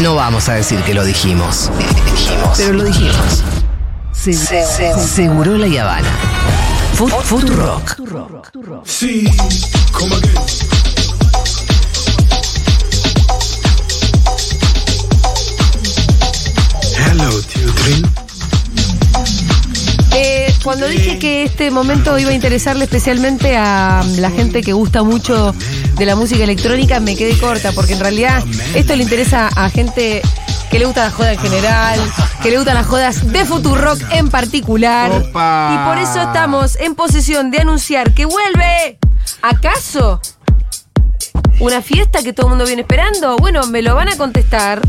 No vamos a decir que lo dijimos. Pero lo dijimos. Se, seguro la Habana. Fut, Fut Rock. Sí, come again. Hello, children. Eh, cuando dije que este momento iba a interesarle especialmente a mm, la gente que gusta mucho de la música electrónica, me quedé corta, porque en realidad esto le interesa a gente que le gusta la joda en general, que le gustan las jodas de Futurock en particular. Opa. Y por eso estamos en posesión de anunciar que vuelve, ¿acaso? ¿Una fiesta que todo el mundo viene esperando? Bueno, me lo van a contestar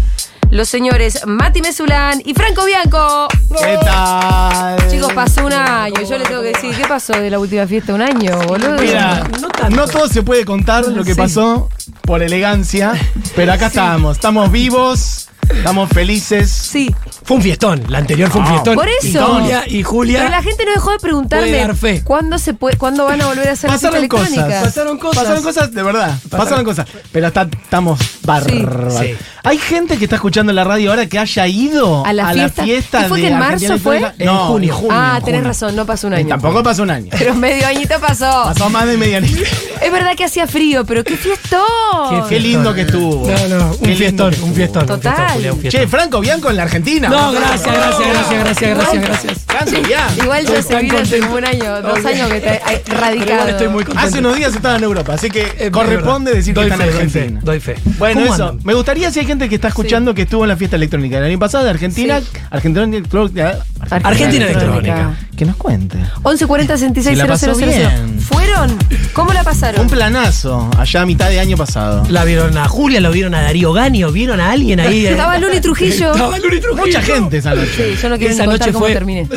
los señores Mati Mesulán y Franco Bianco. ¿Qué tal? Chicos, pasó un año. Yo les tengo que decir, ¿qué pasó de la última fiesta? Un año, boludo. Mira, no, todo se puede contar lo que Sí. pasó por elegancia, pero acá estamos, estamos vivos, estamos felices. Sí. Fue un fiestón, la anterior fue un No. fiestón. Por Y eso. Julia, y Julia Pero la gente no dejó de puede preguntarme dar fe. cuándo se puede, cuándo van a volver a hacer la fiesta Pasaron electrónica. cosas, pasaron cosas. Pasaron cosas, de verdad. Pasaron cosas. Pero está- estamos bárbaros. Sí. Hay gente que está escuchando en la radio ahora que haya ido A la fiesta. ¿Y fue que en Argentina marzo fue? Electrónica. En No, junio. en junio. ah, en tenés junio. razón, no pasó un Y año. tampoco pasó un año. Pero medio añito pasó. Pasó más de medianito. Es verdad que hacía frío, pero qué fiestón. Qué lindo que estuvo. No, no, Qué un lindo fiestón, que un estuvo. fiestón. Total. Un fiestón, Julia, un Che, fiestón. Franco Bianco en la Argentina. No, gracias, gracias, gracias, gracias, gracias, gracias. Franco Bianco. Igual yo Estoy se tan vino hace contento. un año, dos Ok. años que está eh, Pero igual radicado. estoy muy contento. Hace unos días estaba en Europa, así que Es corresponde verdad. decir que Doy está en fe, doy fe, Argentina. Doy fe. Bueno, ¿Cómo eso. andan? Me gustaría si hay gente que está escuchando que estuvo en la fiesta electrónica el año pasado de Argentina, Sí. Argentina, Electrónica, Argentina Electrónica. que nos cuente. 11 40 66 Si la pasó 000. bien. ¿Fueron? ¿Cómo la pasaron? Un planazo allá a mitad de año pasado. La vieron a Julia, la vieron a Darío Ganio, vieron a alguien ahí. Eh, Estaba Luli Trujillo. Estaba Luli Trujillo. Mucha gente esa Sí, noche. yo no quiero Esa ni noche contar cómo fue- terminé.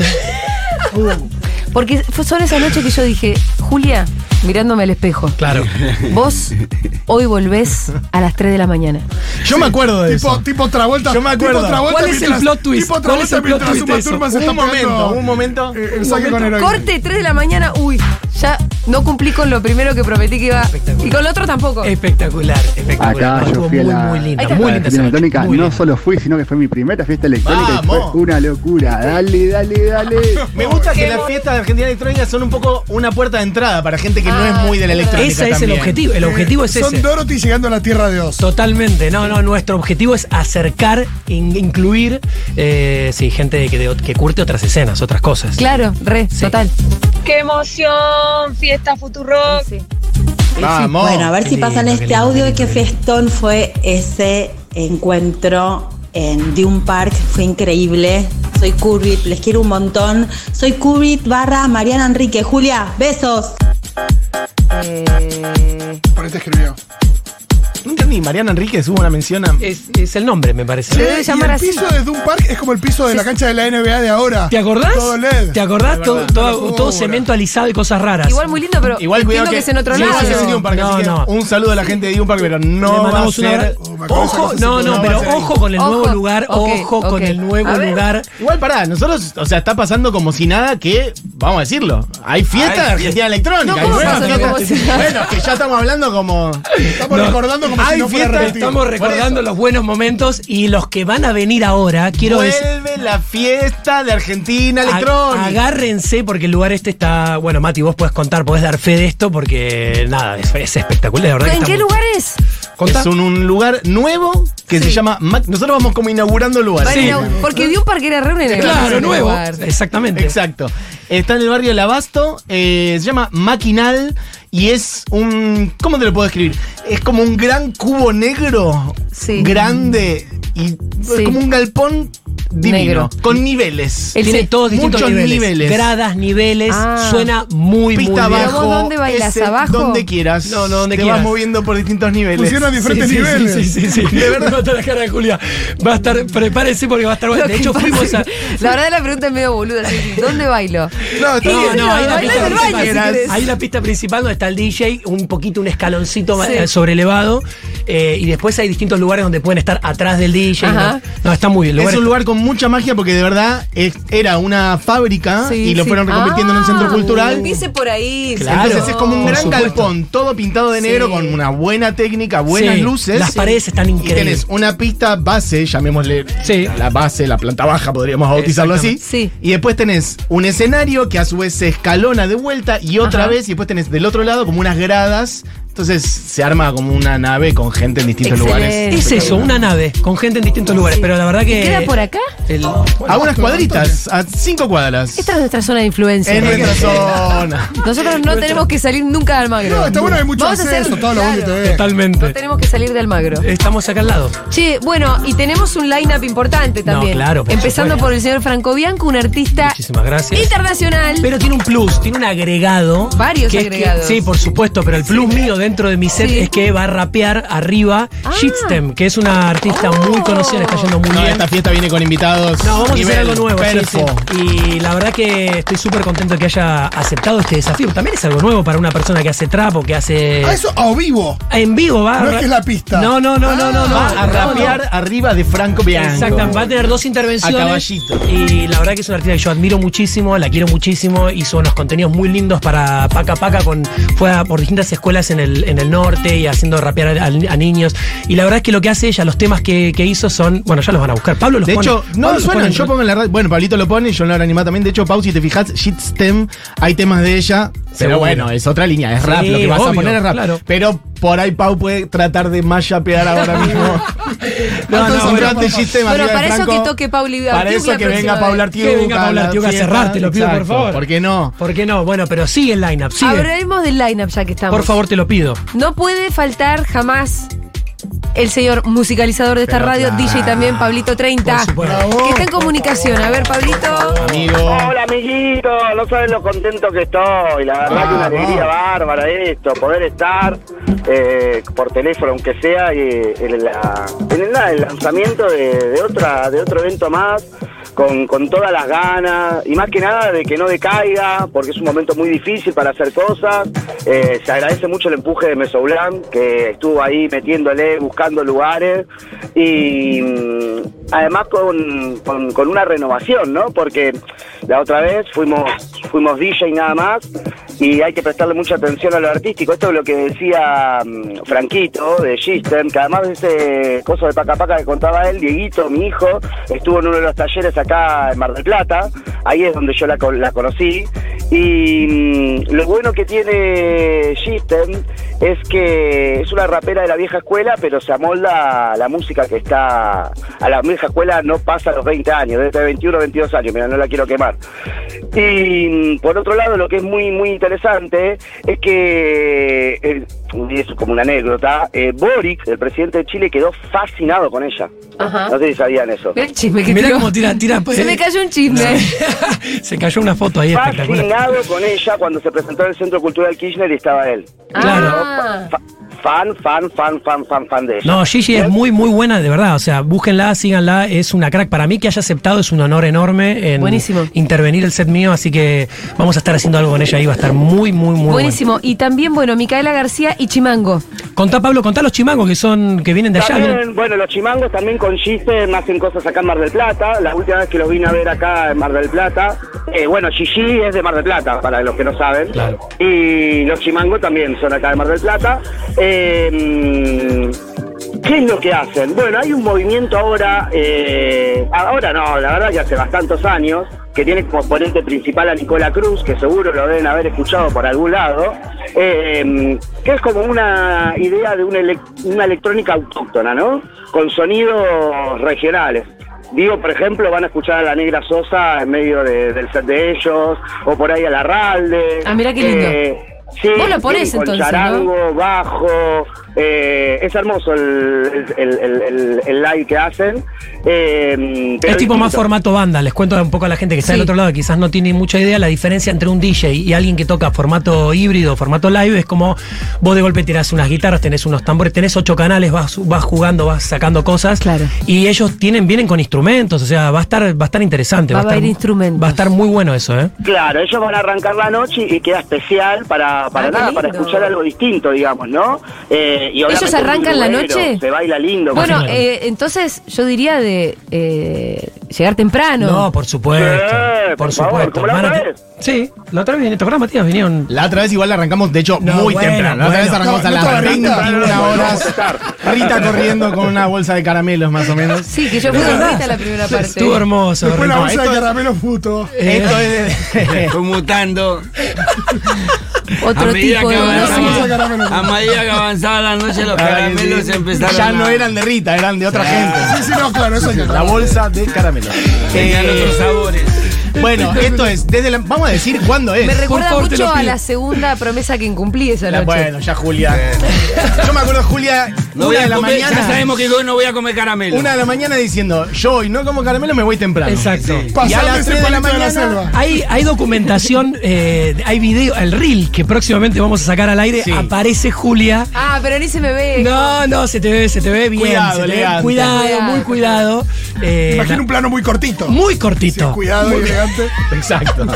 Porque fue solo esa noche que yo dije, Julia, mirándome al espejo, Claro. vos hoy volvés a las 3 de la mañana. Yo me acuerdo de Tipo, eso. tipo otra vuelta. Yo me acuerdo. ¿Cuál es el plot twist? Tipo otra ¿Cuál es vuelta el plot mientras twist Uma de eso? Thurman se está Un momento, pegando, un momento. eh, el saque con heroína. Corte, 3 de la mañana, uy, ya no cumplí con lo primero que prometí que iba. Y con lo otro tampoco. Eh, Espectacular, espectacular. Acá yo Estuvo fui a muy, la, muy linda, a la muy linda. fiesta esa noche, electrónica. muy No linda. solo fui, sino que fue mi primera fiesta electrónica Vamos. y fue una locura. Dale, dale, dale. Me gusta que las fiestas de Argentina Electrónica son un poco una puerta de entrada para gente que no Ah, es muy de la electrónica. Ese es el también. objetivo. El objetivo es Son ese. Dorothy llegando a la tierra de Oz. Totalmente, no, no, nuestro objetivo es acercar, in- incluir, eh, sí, gente que, de ot- que curte otras escenas, otras cosas. Claro, re, total. ¡Qué emoción! Fiesta Futurock. Sí. Vamos. Bueno, a ver Qué si lindo, pasan qué este lindo, audio qué de qué lindo, qué festón fue ese encuentro en Dune Park. Fue increíble. Soy Curvit, les quiero un montón. Soy Curvit barra Mariana Enrique. Julia, besos. Eh, Por ahí te escribió. No entendí, Mariana Enríquez hubo una mención a... Es, es el nombre, me parece. Sí. Che, debe Eh, y llamar el así. piso de Doom Park es como el piso de la cancha de la NBA de ahora. ¿Te acordás? Todo LED. ¿Te acordás? Todo, todo- Una todo locura. cemento alisado y cosas raras. Igual muy lindo, pero Igual cuidado entiendo que, que, es en otro sí, lado. igual es en Dune Park, No, así que no. un saludo a la gente de Dune Park, pero Le no va a mandamos un ser... abrazo. Oh, me acuerdo esa Ojo, cosa, no, sí, no, no pero va a ser ojo con el Ojo, nuevo lugar, ok, ojo con ok. el nuevo A ver. lugar. Igual pará, nosotros, o sea, está pasando como si nada que, vamos a decirlo, hay fiesta de Argentina Electrónica. No, hay ¿cómo nuevas pasa fiestas. como si nada? bueno, que ya estamos hablando como... Estamos No. recordando como Ay, si no fuera fiesta, repetido. Estamos recordando los buenos momentos y los que van a venir ahora, quiero decir. Vuelve la fiesta de Argentina Ag- Electrónica. Agárrense porque el lugar este está. Bueno, Mati, vos podés contar, podés dar fe de esto porque nada, es, es espectacular, de verdad. que ¿En está qué muy- lugar es? Contá. Es un, un lugar nuevo que se llama... Mac- Nosotros vamos como inaugurando lugares. Bueno, no, Porque Dune Park era re un Claro, nuevo. Lugar. Exactamente. Exacto. Está en el barrio El Abasto, eh, se llama Maquinal y es un... ¿Cómo te lo puedo describir? Es como un gran cubo negro, Sí. grande y Sí. es como un galpón divino, Negro. con niveles. El- Tiene Sí. todos distintos Muchos niveles. niveles. Gradas, niveles. Ah. Suena muy, Pista muy bien. abajo. ¿Vos dónde bailás? ese, ¿Abajo? Donde quieras. No, no, donde Te quieras. vas moviendo por distintos niveles. Pusieron diferentes Sí, sí, niveles. Sí, sí, sí, sí. De verdad va a estar la cara de Julia. Va a estar, prepárense porque va a estar bueno. Lo De que hecho, pasa fuimos es- a. La verdad la pregunta es medio boluda. así, ¿Dónde bailo? No, está No, bien. no, hay Bailá la en pista el baño, si principal. querés. Hay la pista principal donde está el DJ, un poquito, un escaloncito ma- Sí. eh, sobrelevado. eh, y después hay distintos lugares donde pueden estar atrás del DJ. Ajá. ¿no? No, está muy bien. Es lugares- un lugar con con mucha magia porque de verdad es- era una fábrica Sí, y lo sí. fueron reconvirtiendo en un centro Ah, cultural. Empiece por ahí. Claro. Entonces es como un Por gran supuesto. galpón, todo pintado de Sí. negro con una buena técnica, buenas Sí, luces. las paredes están Y increíbles. Tienes una pista base, llamémosle Sí. la base, la planta baja, podríamos bautizarlo así. Exactamente. Y después tenés un escenario que a su vez se escalona de vuelta y otra Ajá. vez, y después tenés del otro lado como unas gradas. Entonces se arma como una nave con gente en distintos Excelente. lugares. Es eso, una nave con gente en distintos lugares, pero la verdad que. ¿Queda por acá? el- A unas cuadritas, a cinco cuadras. Esta es nuestra zona de influencia. En nuestra zona. Nosotros no tenemos que salir nunca de Almagro. No, está bueno, hay mucho Vamos a hacer- acceso, todos los claro, buses eh. te ven. No Totalmente. tenemos que salir de Almagro. Estamos acá al lado. Che, bueno, y tenemos un line-up importante No, también. claro, por Empezando supuesto. por el señor Franco Bianco, un artista Muchísimas gracias. internacional. Pero tiene un plus, tiene un agregado. Varios que es que- agregados. sí, por supuesto, pero el plus mío dentro de mi set Sí. es que va a rapear arriba Ah. Shitstem, que es una artista Oh. muy conocida, le está yendo muy No, bien. esta fiesta viene con invitados. No, vamos a hacer nivel algo nuevo. sí, perfo. sí. Y la verdad que estoy súper contento que haya aceptado este desafío. También es algo nuevo para una persona que hace trap o que hace. Ah, eso a vivo. En vivo va. a No es ra- que es la pista. No, no, no, no, no. no. Va Ah, a No, Ah, no. rapear arriba de Franco Bianco. Exactamente, va a tener dos intervenciones. A caballito. Y la verdad que es una artista que yo admiro muchísimo, la quiero muchísimo. Hizo unos contenidos muy lindos para Paca Paca. Con, fue a- por distintas escuelas en el, en el norte y haciendo rapear a, a niños. Y la verdad es que lo que hace ella, los temas que, que hizo son. Bueno, ya los van a buscar. Pablo los De pone- hecho, no Pablo lo los suenan, pone- yo pongo en la radio. Bueno, Pablito lo pone, yo en la hora animada también. De hecho, Pau, si te fijas, Shitstem, hay temas de ella. Pero Seguro. bueno, es otra línea, es Sí, rap, lo que vas a obvio, poner es rap. claro. Pero por ahí Pau puede tratar de más yapear ahora mismo. No, no, Entonces, bueno, ante Shitstem, Bueno, arriba de para eso Franco, que toque Pauli Para Artiuk eso la que próxima venga vez. Paula Artiuk. Que venga a Paula la Artiuk a fiesta. cerrar, te lo pido, por favor. ¿Por qué no? ¿Por qué no? Bueno, pero sigue el lineup, sigue. Hablemos del line-up ya que estamos. Por favor, te lo pido. No puede faltar jamás el señor musicalizador de esta Pero radio, claro. DJ también, Pablito 30, Por supuesto. que está en comunicación. A ver, Pablito. Amigo. Hola amiguito, no saben lo contento que estoy, la verdad que una Ah, alegría bárbara esto, poder estar eh, por teléfono aunque sea eh, en, la- en el, nada, el lanzamiento de, de otra de otro evento más con, con todas las ganas y más que nada de que no decaiga porque es un momento muy difícil para hacer cosas, Eh, se agradece mucho el empuje de Mesoblan que estuvo ahí metiéndole, buscando lugares y mm, además con, con- con una renovación, ¿no? Porque la otra vez fuimos, fuimos DJ nada más y hay que prestarle mucha atención a lo artístico. Esto es lo que decía mm, Franquito de System, que además de ese coso de paca paca que contaba él, Dieguito, mi hijo, estuvo en uno de los talleres acá en Mar del Plata, ahí es donde yo la, con- la conocí. Y mm, lo bueno que tiene System es que es una rapera de la vieja escuela, pero se amolda a la música que está. A la vieja escuela no pasa los 20 años, desde 21, 22 años, mira, no la quiero quemar. Y mm, por otro lado, lo que es muy, muy interesante es que, eh, y es como una anécdota, eh, Boric, el presidente de Chile, quedó fascinado con ella. Ajá. No sé si sabían eso. Mirá el chisme que Mirá tiró. cómo tira, tira. pues. Se me cayó un chisme. Se cayó una foto ahí espectacular. Fascinado con ella cuando se presentó en el Centro Cultural Kirchner y estaba él. Claro. Ah. Fa- fan, fan, fan, fan, fan, fan de ella. No, Gigi es muy, muy buena, de verdad. O sea, búsquenla, síganla, es una crack. Para mí que haya aceptado es un honor enorme en Buenísimo. intervenir el set mío, así que vamos a estar haciendo algo con ella y va a estar muy, muy, muy Buenísimo. Y también, bueno, Micaela García y Chimango. bueno. Contá, Pablo, contá los chimangos que son, que vienen de allá. También, ¿no? bueno, los chimangos también con System hacen cosas acá en Mar del Plata. La última vez que los vine a ver acá en Mar del Plata, eh, bueno, Gigi es de Mar del Plata, para los que no saben. Claro. Y los chimangos también son acá de Mar del Plata. Eh, ¿Qué es lo que hacen? Bueno, hay un movimiento ahora, eh, ahora no, la verdad que hace bastantes años, que tiene como ponente principal a Nicola Cruz, que seguro lo deben haber escuchado por algún lado, eh, que es como una idea de una, elec- una electrónica autóctona, ¿no? Con sonidos regionales. Digo, por ejemplo, van a escuchar a la Negra Sosa en medio de- del set de ellos, o por ahí a la Ralde. eh, Ah, mirá qué lindo. sí, Vos lo ponés vienen con entonces, ¿no? charango, bajo. eh, es hermoso el, el- el- el- el live que hacen. eh, pero Es tipo más distinto. formato banda, les cuento un poco a la gente que está Sí. del otro lado, que quizás no tiene mucha idea, la diferencia entre un DJ y alguien que toca formato híbrido, formato live, es como vos de golpe tirás unas guitarras, tenés unos tambores, tenés ocho canales, vas, vas jugando, vas sacando cosas. Claro. Y ellos tienen, vienen con instrumentos, o sea, va a estar, va a estar interesante. Va a estar- haber instrumentos. Va a estar muy bueno eso, ¿eh? Claro, ellos van a arrancar la noche y queda especial para, para Ah, qué nada, para lindo. escuchar algo distinto, digamos, ¿no? Eh, Eh, y obviamente ¿Ellos arrancan la un gruero, noche? Se baila lindo. Bueno, con- eh, entonces yo diría de eh, llegar temprano. No, por supuesto. por supuesto. Hermano, te- Sí, la otra vez en este programa, Matías, vinieron. La otra vez igual la arrancamos, de hecho, No, muy bueno, temprano. La otra bueno. vez arrancamos No, a ¿no las estaba Rita? 21 Bueno, horas. Rita corriendo con una bolsa de caramelos, más o menos. Sí, que yo fui con Rita la primera parte. Estuvo hermoso. Después la rico. bolsa de Esto- caramelos puto. Esto es de- Fue mutando. Otro tipo de avanzaba, bolsa. a medida que avanzaba la noche, los Ah, caramelos sí. empezaron Ya no a- eran de Rita, eran de otra gente. Sí, sí, no, claro, eso ya. La bolsa de caramelos. Tenían Eh, otros sabores. bueno, esto es, desde la- vamos a decir cuándo es. Me Por recuerda favor, te mucho lo a pido. la segunda promesa que incumplí esa La- noche. Bueno, ya Julia. Yo me acuerdo, Julia, No voy una a de la comer- mañana. Ya sabemos que hoy no voy a comer caramelo. Una de la mañana diciendo, yo hoy no como caramelo, me voy temprano. Exacto. Y a Pasando las ese 3 de la palito de la mañana. selva. Hay, hay documentación, eh, hay video, el reel que próximamente vamos a sacar al aire, Sí. aparece Julia. Ah, pero ni se me ve. No, no, se te ve, se te ve bien. Cuidado, se te ve- elegante. cuidado, Cuidado. muy cuidado. Eh, Imagino un plano muy cortito. muy cortito. Cuidado y elegante. Exacto.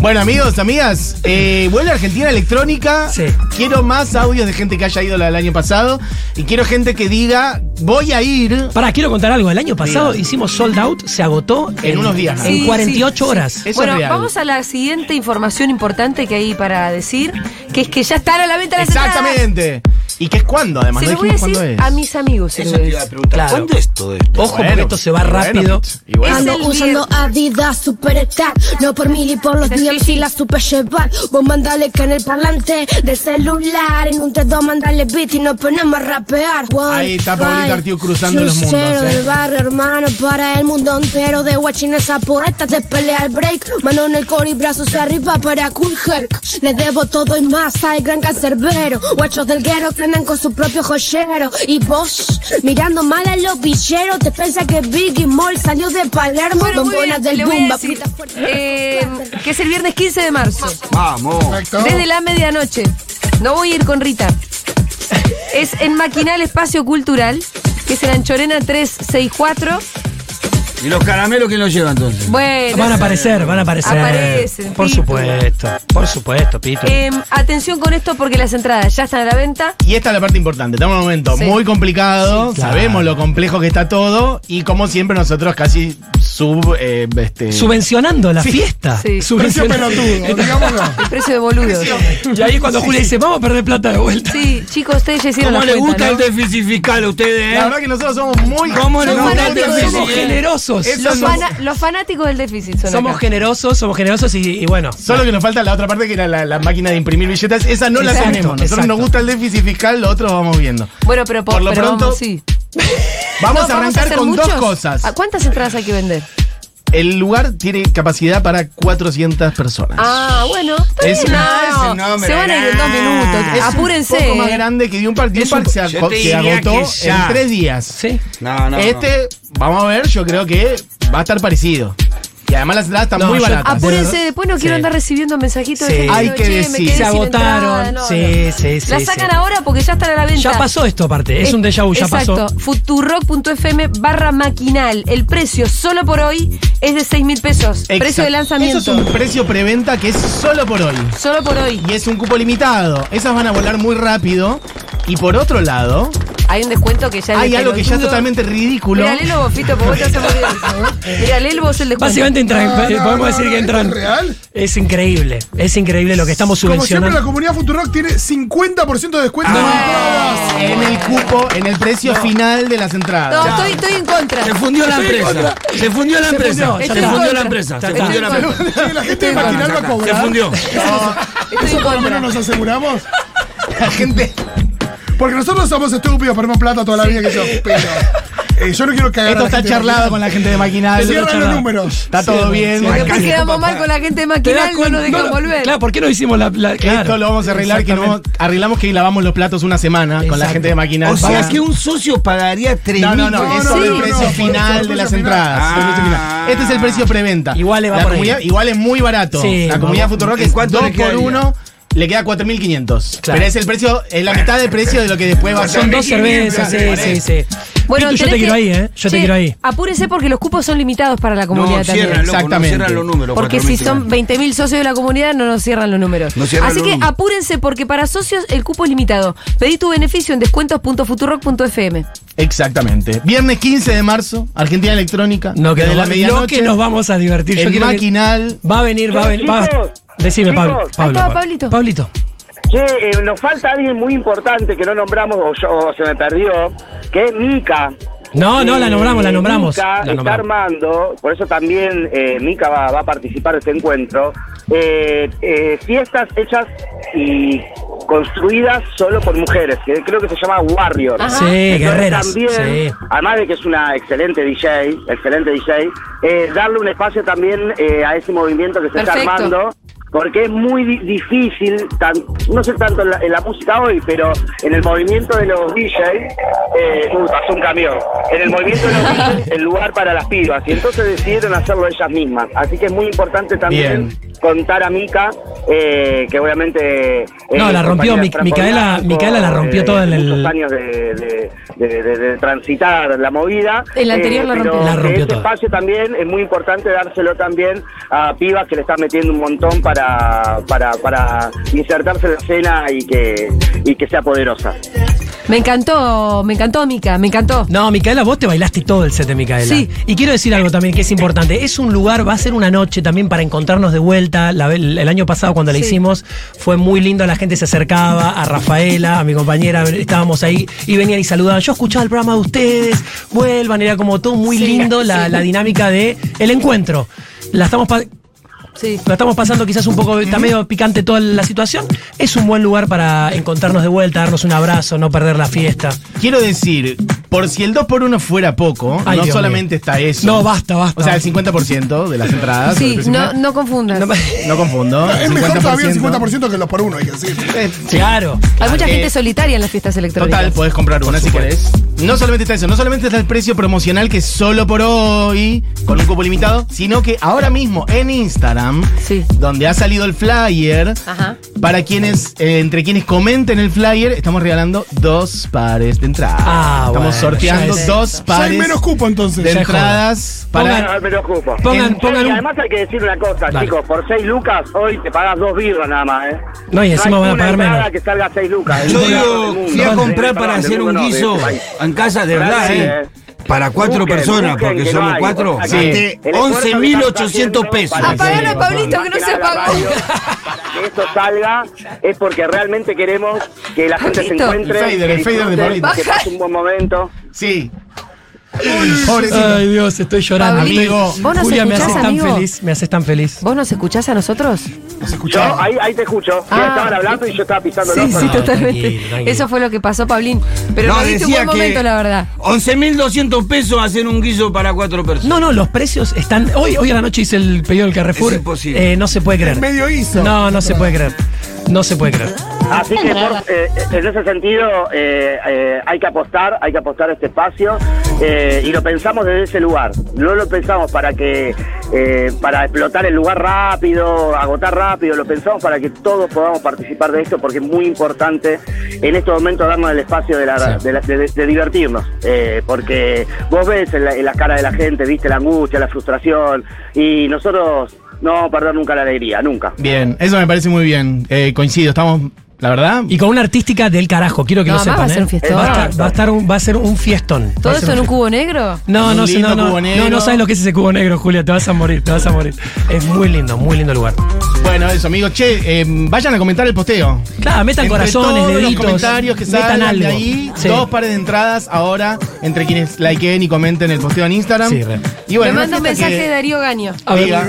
Bueno, amigos, amigas, eh, vuelve a Argentina Electrónica. Sí. Quiero más audios de gente que haya ido la del año pasado. Y quiero gente que diga, voy a ir. Pará, quiero contar algo. El año pasado hicimos sold out, se agotó En unos días, ¿no? En Sí, 48 horas. Eso bueno, es real. vamos a la siguiente información importante que hay para decir, que es que ya están a la venta las entradas. Exactamente. ¿Y qué es cuándo, además? Se no lo voy a dijimos decir cuándo es. a mis amigos. Se lo Eso voy a te iba a decir. preguntar. Claro. ¿Cuándo es todo esto? Ojo, porque esto se va y rápido. y bueno. Es Ando el usando Adidas Superstar No por mil y por los DMs y la super llevar Vos mandale que en el parlante del celular En un dedo mandale beat y no ponemos a rapear Ahí está Pablito Artiu cruzando los mundos, Crucero eh. del barrio hermano para el mundo entero De guachinesa por esta se pelea el break Mano en el core y brazos arriba para Cool Herc Les debo todo y más al gran cancerbero Guachos del guero que andan con su propio joyero Y vos mirando mal a los villeros Te pensás que Biggie Moll salió de Palermo Bueno, muy Bombonas bien, del le voy a Bumba, decir, grita fuerte. eh, que es el viernes 15 de marzo, Vamos. Perfecto. desde la medianoche. No voy a ir con Rita. Es en Maquinal Espacio Cultural, que es en Anchorena 364. ¿Y los caramelos quién los lleva entonces? Bueno, Van a aparecer, van a aparecer. Aparecen, Por Pito. supuesto, por supuesto, Pito. eh, atención con esto porque las entradas ya están a la venta. Y esta es la parte importante. Estamos en un momento Sí. muy complicado. Sí, claro. Sabemos lo complejo que está todo. Y como siempre, nosotros casi sub. eh, este, Subvencionando la Sí. fiesta. Sí. Precio Subvencionando. pelotudo, digámoslo. El precio de boludos. Y ahí cuando Julia dice, vamos a perder plata de vuelta. Sí, chicos, ustedes ya hicieron ¿Cómo la le cuenta, gusta ¿no? el déficit fiscal a ustedes, La eh? verdad que nosotros somos muy. ¿Cómo le gusta somos el muy- fanáticos, déficit? Somos eh? generosos. Eso Los, somos- fana- los fanáticos del déficit son Somos acá. generosos, somos generosos y, y bueno. Solo que nos falta la otra parte que era la, la máquina de imprimir billetes. Esa no la Exacto, tenemos. Nosotros exacto. nos gusta el déficit fiscal, lo otro vamos viendo. Bueno, pero por, Por lo pero pronto, vamos, sí. Vamos No, a arrancar hacer con dos muchos. Ah, cosas. ¿A ¿Cuántas entradas hay que vender? El lugar tiene capacidad para 400 personas. Ah, bueno. está Es- bien, no, no. es un hombre, Se van a ir en dos nah. minutos. Es Apúrense. Un poco más eh. grande que de un par. De un Es un- par se, yo aco- te se diría agotó que ya. en tres días. Sí. No, no. este, vamos a ver, yo creo que va a estar parecido. Y además las entradas están No, muy yo- baratas. Apure- Apúrense, después no quiero Sí. andar recibiendo mensajitos Sí. de gente Hay que "Che, me decir. quedé sin Se agotaron. entrada", no, Sí, no. sí, sí, La sí. sacan ahora porque ya están a la venta. Ya pasó esto aparte, es un déjà vu, ya Exacto. pasó. Futurock.fm barra maquinal. El precio solo por hoy es de 6 mil pesos. Exacto. Precio de lanzamiento. Eso es un precio preventa que es solo por hoy. Solo por hoy. Y es un cupo limitado. Esas van a volar muy rápido. Y por otro lado, Hay un descuento que ya es hay de algo que ya es pelotudo. totalmente ridículo. Mira, Lelo, vos, Fito, porque vos te has olvidado eso, ¿eh? Mira, Lelo, vos el descuento. Básicamente entran, No, eh, no, podemos no, decir no, que ¿esto entran. es real? Es increíble, es increíble lo que estamos Como siempre, la subvencionando. comunidad Futurock tiene 50% de descuento en Ah. entradas. En el cupo, en el precio final de las entradas. No, estoy, estoy en contra. Se fundió la empresa. Se fundió la Se empresa. fundió, ya Se está. fundió la Estoy empresa. contra. Se fundió la Estoy empresa. La gente de Maquinal va a Se cobrar. fundió. Estoy en Por lo menos contra. nos aseguramos. La gente. Porque nosotros somos estúpidos, ponemos plata toda la vida que yo. Pero eh, yo no quiero cagar. Esto a la está gente de charlado con la gente de Maquinal. Cierran los Está charlado. números. Está todo bien. cierran. Después quedamos mal con la gente de maquinal, no nos dejan no, volver. Claro, ¿por qué no hicimos la. la- claro. Esto lo vamos a arreglar, que no, Exactamente. arreglamos que lavamos los platos una semana con la Exacto. gente de Maquinal. O Vamos- sea que un socio pagaría 3 No, no, no, No, es no, solo no, el no, precio no, final no, de no, las no, entradas. no, no, el precio final. Este es el precio preventa. Ah. Igual le va La por ahí. comunidad- Igual es muy barato. Sí, la comunidad vamos. Futurock ¿En es cuánto 2 le por quedaría? 1 le queda 4.500. Pero es el precio, es la mitad del precio de lo que después va a ser. Son dos cervezas, sí, sí, sí. Bueno, yo tenés te que- quiero ahí, ¿eh? Yo Che, te quiero ahí. Apúrese porque los cupos son limitados para la comunidad cierran, también. loco, no Exactamente. cierran los números, Porque si 4.500. son 20.000 socios de la comunidad, no nos cierran los números. No cierran Así los que números. apúrense porque para socios el cupo es limitado. Pedí tu beneficio en descuentos.futurock.fm. Exactamente. Viernes 15 de marzo, Argentina Electrónica. No, que desde nos, la va- medianoche. lo que nos vamos a divertir. El creo que maquinal. Va a venir, va a venir. va- Chicos, Decime, chicos. Pablo. Ahí Pablo, estaba Pablito. Pablito. Che, eh, nos falta alguien muy importante que no nombramos o, yo- o se me perdió, que es Mica. No, no, la nombramos, la Eh, nombramos, Mica la está nombramos. armando, por eso también eh, Mica va, va a participar de este encuentro. eh, eh, fiestas hechas y construidas solo por mujeres, que creo que se llama Warrior. Ajá. Sí, guerreras, también, sí. además de que es una excelente DJ, excelente DJ, eh, darle un espacio también eh, a ese movimiento que se Perfecto. está armando, porque es muy di- difícil, tan- no sé tanto en la, en la música hoy, pero en el movimiento de los DJs, eh, uy, pasó un camión, en el movimiento de los DJs, el lugar para las pibas, y entonces decidieron hacerlo ellas mismas, así que es muy importante también contar a Mica, eh, que obviamente... eh, No, la rompió, compañera Mi- Fran Micaela- Polanco, Micaela la rompió eh, toda en el- muchos años de- de- de- de- de transitar la movida, Eh, El anterior la pero rompió. La que rompió ese toda. espacio también es muy importante dárselo también a pibas que le están metiendo un montón para, para, para insertarse en la escena y que, y que sea poderosa. Me encantó, me encantó, Mica, me encantó. No, Micaela, vos te bailaste todo el set de Micaela. Sí. Y quiero decir algo también que es importante. Es un lugar, va a ser una noche también para encontrarnos de vuelta. La- el, el año pasado cuando la Sí. hicimos fue muy lindo, la gente se acercaba a Rafaela, a mi compañera, estábamos ahí y venían y saludaban. Yo escuchaba el programa de ustedes, vuelvan, era como todo muy Sí, lindo la, sí. la dinámica de el encuentro. La estamos pa- La estamos pasando quizás un poco, está medio picante toda la situación. Es un buen lugar para encontrarnos de vuelta, darnos un abrazo, no perder la fiesta. Quiero decir, por si el 2x1 fuera poco, Ay, no Dios solamente está eso. No, basta, basta. O sea, el 50% de las entradas. o del Sí, precio no, final, no confundas. no confundo. Es mejor todavía el 50%. 50% que los por uno, hay que decir. Claro. Hay mucha Eh, gente solitaria en las fiestas electrónicas. Total, pues. podés comprar una si querés. No solamente está eso, no solamente está el precio promocional que es solo por hoy, con un cupo limitado, sino que ahora mismo en Instagram, donde ha salido el flyer, para quienes, eh, entre quienes comenten el flyer, estamos regalando dos pares de entradas. Ah, estamos bueno, sorteando ya es- dos Ya hay pares menos cupo entonces. de entradas No, para. no Ah, me preocupo. pongan- Y pongan un- además hay que decir una cosa, Dale. chicos, por 6 lucas hoy te pagas dos birras nada más, ¿eh? No, y encima hay van a una pagar entrada menos. que salga 6 lucas. Yo En todo el digo, mundo. fui a Perdón, comprar para perdón, hacer del un mundo no, de guiso este país. en casa, de Gracias, verdad, ¿eh? eh. Para cuatro Busquen, personas, busquen porque que no somos hay. cuatro, Sí. gasté El esfuerzo que están 11.800 haciendo pesos. para Apagalo, que- Pablito, que no se para apagó. la radio, para que esto salga es porque realmente queremos que la gente se Pablito. encuentre. El fader, que el fader de disfruten, Pablito. Que pase un buen momento. Sí. Pobrecito. Ay, Dios, estoy llorando. Pablito, amigo, ¿vos nos Julia, me escuchás, haces tan amigo? feliz, me haces tan feliz. ¿Vos nos escuchás a nosotros? Yo, ahí, ahí te escucho. Ah. Ya estaban hablando y yo estaba pisando Sí, el sí, totalmente. Eso fue lo que pasó, Pablín. Pero no, No, viste un decía buen momento, que- la verdad. 11.200 pesos hacer un guiso para cuatro personas. No, no, los precios están. Hoy, hoy a la noche hice el pedido del Carrefour. Es imposible. Eh, no se puede creer. El medio hizo. No, no se puede creer. No se puede creer. Así que por- eh, en ese sentido eh, eh, hay que apostar, hay que apostar a este espacio eh, y lo pensamos desde ese lugar. No lo pensamos para que eh, para explotar el lugar rápido, agotar rápido. Lo pensamos para que todos podamos participar de esto porque es muy importante en este momento darnos el espacio de, la- de la- de- de divertirnos. eh, porque vos ves en la, en la cara de la gente, viste la angustia, la frustración y nosotros no vamos a perder nunca la alegría, nunca. Bien, eso me parece muy bien. Eh, coincido, estamos, la verdad. Y con una artística del carajo, quiero que No, lo además va sepan. a ser ¿eh? un fiestón. Va a, estar- va a estar un, va a ser un fiestón. ¿Todo Va a ser eso en un fiestón. cubo negro? No, no, Un sí, lindo no, cubo no, no, negro. no sabes lo que es ese cubo negro, Julia. Te vas a morir, te vas a morir. Es muy lindo, muy lindo lugar. Bueno, eso, amigos. Che, eh, vayan a comentar el posteo. Claro, metan Entre corazones, todos deditos, los comentarios que metan salgan de algo. ahí. Sí. Dos pares de entradas ahora entre quienes likeen y comenten el posteo en Instagram. Sí, re. Y bueno, Me una manda un fiesta mensaje de que- Darío Gaño. A ver, Diga.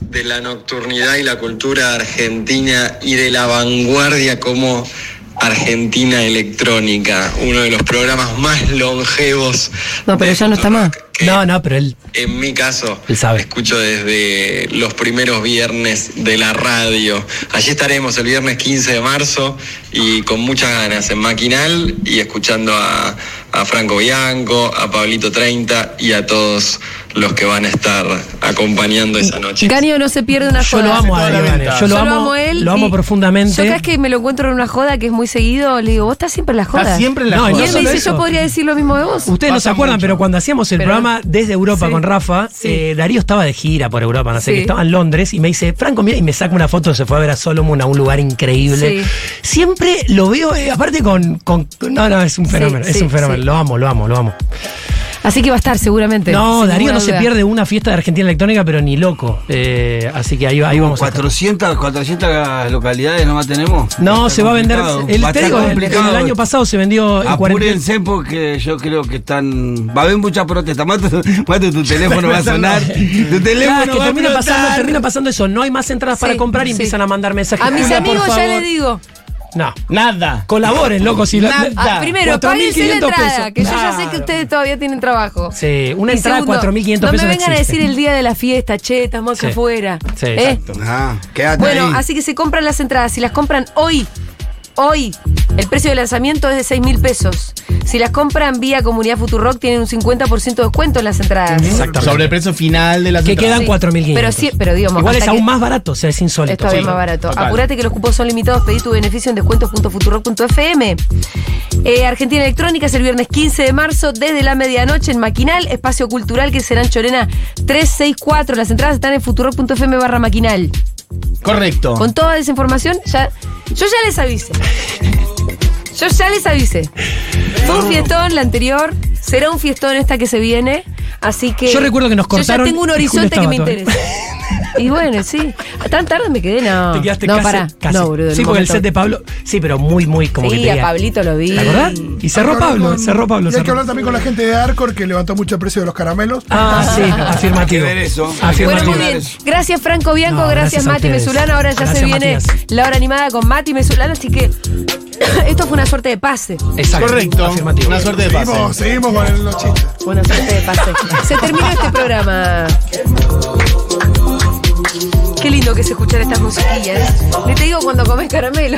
de la nocturnidad y la cultura argentina y de la vanguardia como Argentina Electrónica, uno de los programas más longevos No, pero ya no está más. No, no, pero él. en mi caso. Él sabe. Escucho desde los primeros viernes de la radio. Allí estaremos el viernes 15 de marzo y con muchas ganas en Maquinal y escuchando a, a Franco Bianco, a Pablito 30 y a todos los que van a estar acompañando esa noche. Ganio no se pierde una Yo joda. lo amo a Ganio, Ganio. Yo lo amo, él. lo amo y profundamente. Yo cada vez que me lo encuentro en una joda que es muy seguido, le digo, vos estás siempre en la joda. Estás siempre en la No, y Y no él me solo dice, eso. yo podría decir lo mismo de vos. Ustedes no se acuerdan, pero cuando hacíamos el Pero- programa desde Europa con Rafa, eh, Darío estaba de gira por Europa, no sé Sí. qué, estaba en Londres y me dice, Franco, mira, y me saca una foto, se fue a ver a Solomon a un lugar increíble. Sí. Siempre lo veo, eh, aparte con, con- No, no, es un fenómeno, Sí, es sí, un fenómeno. sí. Lo amo, lo amo, lo amo. Así que va a estar seguramente. No, Este, sin Darío ninguna no se duda. pierde una fiesta de Argentina Electrónica, pero ni loco. Eh, así que ahí, ahí vamos a estar. 400, 400 localidades nomás tenemos. No, se va a vender. complicado. El, Va a te estar digo, el- complicado. el año pasado se vendió en 40. Apúrense porque Eh, yo creo que están. Va a haber mucha protesta. Mate, mate tu teléfono, va a sonar. Tu teléfono Claro, es que va a termina explotar. pasando, termina pasando eso. No hay más entradas para comprar y empiezan a mandar mensajes. A mis Hola, por amigos ya favor. les digo. No. Nada. Colaboren, loco. Si Ah, Nada. primero, páguense la 4.500 entrada, pesos. que yo ya sé Claro. que ustedes todavía tienen trabajo. Sí, una Y entrada segundo, 4.500 No pesos me no vengan a existe. decir el día de la fiesta, che, estamos Sí. afuera. Sí, ¿Eh? exacto. Ah, quédate Bueno, ahí. así que se compran las entradas. Si las compran hoy, hoy, el precio de lanzamiento es de 6 mil pesos. Si las compran vía Comunidad Futurock, tienen un 50% de descuento en las entradas. Exactamente. Sobre el precio final de la Que quedan Sí. 4.500. Pero sí, pero digamos, Igual es hasta aún que- más barato, o sea, es insólito. Es todavía más barato. Apurate que los cupos son limitados. Pedí tu beneficio en descuentos.futurock.fm. Eh, Argentina Electrónica es el viernes 15 de marzo desde la medianoche en Maquinal, espacio cultural que será en Chorena 364. Las entradas están en futurock.fm barra Maquinal. Correcto. Con toda esa información, ya, yo ya les avisé. Yo ya les avisé. Fue un fiestón la anterior, será un fiestón esta que se viene. Así que. Yo recuerdo que nos cortaron Yo ya tengo un y Julio horizonte que estaba me todavía. interesa. Y bueno, sí. Ah, Tan tarde me quedé, no. Te quedaste no, casi, pará. casi. No, boludo. en sí, un porque el momento- set de Pablo. Sí, pero muy, muy como que Sí, a tenía- Pablito lo vi. ¿Te acordás? Y cerró Hablar Pablo, con- cerró Pablo. Y hay que cerró. hablar también con la gente de Arcor que levantó mucho el precio de los caramelos. Ah, sí, afirmativo. Hay que ver eso. Bueno, Afirmativo. muy bien. Gracias, Franco Bianco. No, gracias, gracias a Mati ustedes. Mesulano. Ahora ya se Gracias, viene Matías. la hora animada con Mati Mesulano. Así que esto fue una suerte de pase. Exacto. Correcto. Afirmativo. eh. Una suerte de Seguimos, pase. seguimos con el- los chistes. Una suerte de pase. Se terminó este programa. Qué lindo que es escuchar estas musiquillas. Le te digo cuando comes caramelo.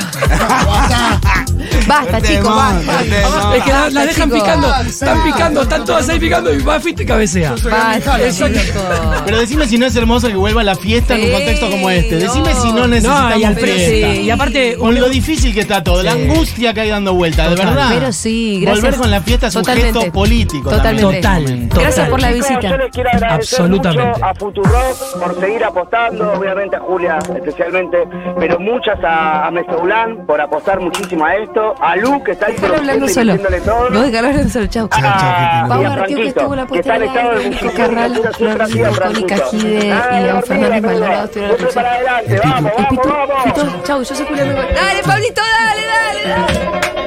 basta, Este chicos, basta. Es que la, la dejan Ah, chicos. picando, están picando, están todas ahí picando y va Fito y cabecea. Basta, chicos. Pero decime si no es hermoso que vuelva a la fiesta en Sí, un contexto como este. Decime si no no, necesitamos y al fiesta. precio, sí, y aparte, con lo difícil que está todo, la Sí. angustia que hay dando vuelta, de Total. verdad. Pero sí, gracias. Volver con la fiesta es un Totalmente. gesto político. también. Totalmente. Total, total. Gracias por la Chicos, visita. Yo les quiero agradecer Absolutamente. mucho a Futurock por seguir apostando, obviamente a Julia especialmente, pero muchas a, a Mesoulán por apostar muchísimo a esto, a Lu que está ahí Déjalo hablando presente y solo. metiéndole todo. No, déjalo hablando solo. Chau. Ah, Pau y a Martío, que Franquito, estuvo en la que puesta está en de estado la de Nico muchísimo Carral, orgullo, Flor siempre así, Mónica Franquito. Gide Ah, y León dormida, Fernández dormida. Maldonado estuvieron Siempre para adelante, vamos, El vamos, pito, vamos. pito, chau, yo soy Julia Mengolini. Dale, Pablito, dale, dale, dale.